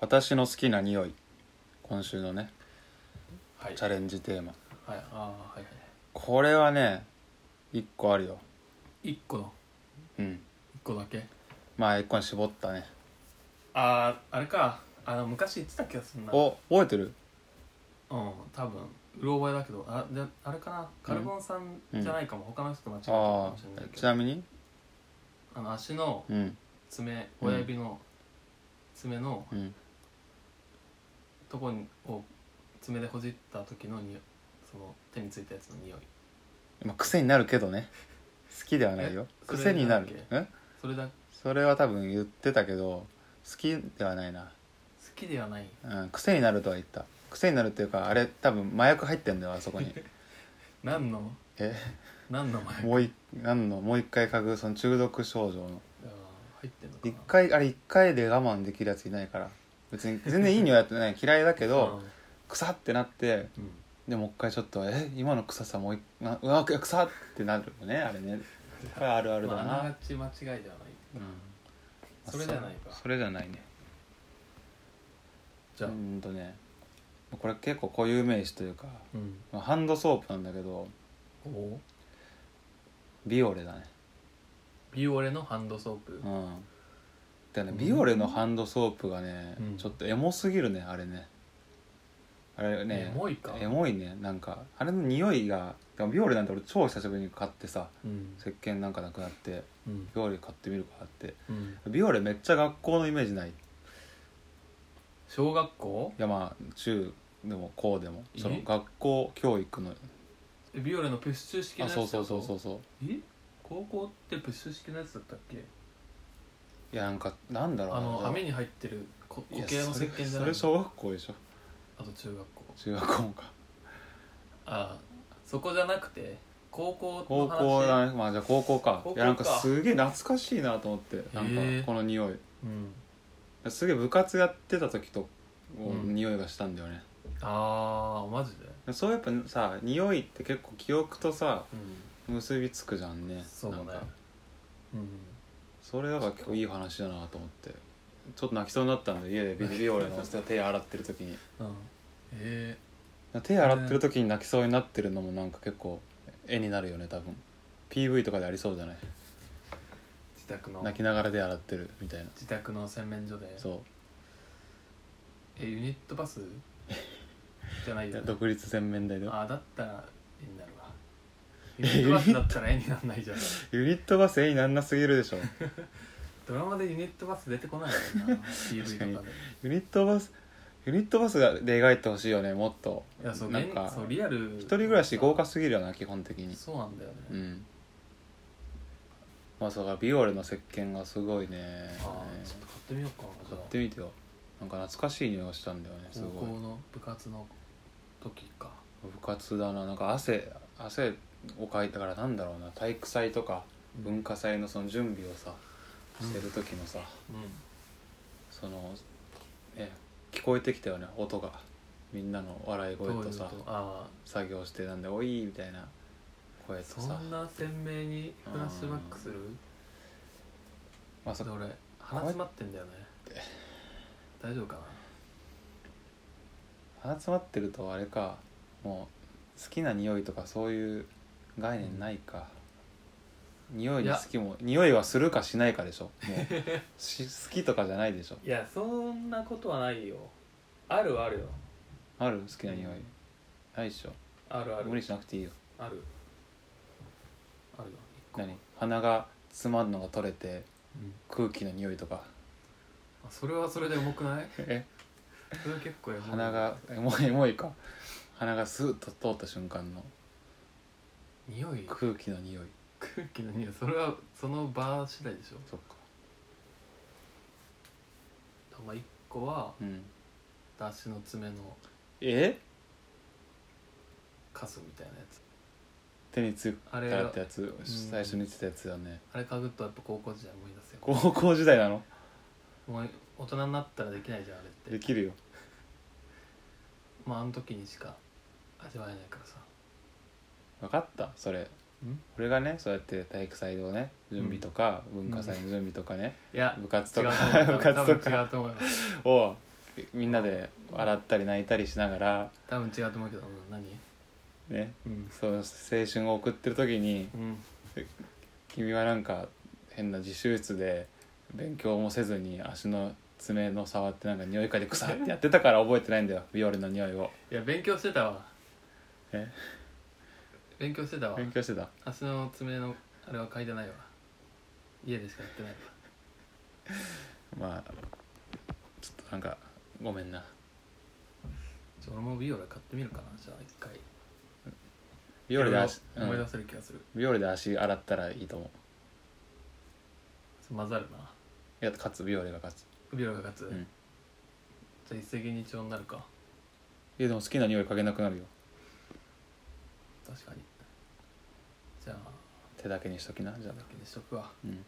私の好きな匂い今週のねはいチャレンジテーマはいあーはいはこれはね1個あるよい一個のうん一個だけまあ1個に絞ったねあああれかあの昔言ってた気がするなうんお覚えてる多分うろ覚えだけどあであれかなカルボンさんじゃないかも、他の人と間違えたあかもしれないあけちどあなみにの足のうん爪うん親指の爪のうんとこにを爪でほじった時の匂いその手についたやつの匂いまあ癖になるけどね好きではないよえそれ癖になるなんだえっそれだ好それは多分言ってたけど好きではないな、きではないうん、癖になるとは言った癖になるっていうかあれ多分麻薬入ってんだよあそ こに何のえ何の前もういなんのもう一回嗅ぐその中毒症状のあー入ってんのか一な回あれ一回で我慢できるやついないから別に全然いい匂いやって ない嫌いだけど臭ってなってうん、うんでもう一回ちょっとえ今の臭さもう一なうわ臭ってなるよねあれねこれあるあるだな、まあ、あながち間違いではないうんそれじゃないかそそれじゃないねじゃあうーんとねこれ結構固有名詞というか、うんまあ、ハンドソープなんだけどおおビオレだねビオレのハンドソープうんだねうんビオレのハンドソープがね、うんちょっとエモすぎるねあれねあれねエモいかエモいねなんかあれの匂いがでもビオレなんて俺超久しぶりに買ってさうん石鹸なんかなくなってうんビオレ買ってみるかってうんビオレめっちゃ学校のイメージないい小学校やまあ中でも高でもえその学校教育のえビオレのプッシュ式のあやつそうそうそうそううそうえ高校ってプッシュ式のやつだったっけいやなんかなんだろうあのな網に入ってるこい固や形の石鹸じそれゃないのそれ小学校でしょあと中学校中学校もかあそこじゃなくて高校の高話校だねまあじゃあ高校か高校いかやなんかすげえ懐かしいなと思ってなんかへえこの匂いうんすげえ部活やってた時とこううん匂いがしたんだよね、あーマジでそうやっぱさ匂いって結構記憶とさうん結びつくじゃんねそうだねなんかうんそれだから結構いい話だなと思ってちょっと泣きそうになったんで家でビビ ビオレの手洗ってる時にうんえ手洗ってる時に泣きそうになってるのもなんか結構絵になるよね多分 PV とかでありそうじゃないー自宅の泣きながら手洗ってるみたいな自宅の洗面所でそえユニットバスじゃなういいよやね独立洗面台であだったら絵になるわえユニットバスだったら絵にならない じゃんユニットバス絵になんなすぎるで しょドラマでユニットバス出てこないよな PV とかでユニットバスユニットバスで描いてほしいよねもっといやそうなん現かそうリアル一人暮らし豪華すぎるよな基本的にそうなんだよね、うんまあそうかビオレの石鹸がすごいねあーちょっと買ってみようかなじ買ゃっあてみてよなんか懐かしい匂いがしたんだよねす高ごい校の部活の時か部活だななんか汗汗をかいたからなんだろうな体育祭とか文化祭のその準備をさしてる時のさ、うそのね聞こえてきたよね音がみんなの笑いん声どういとうさことああ作業してなんで「おい!」みたいな声とそさんな鮮明にフラッシュバックするまあでそ俺鼻詰まってんだよね大丈夫かな鼻詰まってるとあれかもう好きな匂いとかそういう概念ないか、匂いに好きも匂いはするかしないかでしょもう し好きとかじゃないでしょいやそんなことはないよあるはあるよある好きな匂い、うんないでしょあるある無理しなくていいよあるあるよ一個何鼻が詰まるのが取れてうん空気の匂いとかあそれはそれで重くないえそれは結構エモい鼻がエモいエモいか鼻がスーッと通った瞬間の匂い空気の匂い空気の匂いそれはその場次第でしょそっかまあ一個はうんダッシュの爪のえカスみたいなやつ手につあかれらってやつん最初に言ってたやつだねあれ嗅ぐとやっぱ高校時代思い出すよ高校時代なのもう大人になったらできないじゃんあれってできるよまああの時にしか味わえないからさ分かったそれん俺がねそうやって体育祭のね準備とか、文化祭の準備とかね、いや部活と違うかと思部う活と多分違かうと思いますをみんなで笑ったり泣いたりしながら、多分違うと思うけど、うん、何ね、うん、そう青春を送ってる時にうん、君はなんか変な自習室で勉強もせずに足の爪の触ってなんか匂い嗅いで臭ってやってたから覚えてないんだよビオレの匂いをいや勉強してたわえ勉強してたわ勉強してた明日の爪のあれは書いてないわ家でしかやってないわまあちょっとなんかごめんなじゃあ俺もビオラ買ってみるかなじゃあ一回ビオレで足、いろいろ思いうん出せる気がする、ビオレで足洗ったらいいと思う混ざるないや勝つビオレが勝つビオラが勝うつ、んじゃあ一石二鳥になるかいやでも好きな匂い嗅げなくなるよ確かにじゃあ手だけにしときなじゃだけにしとくわあうん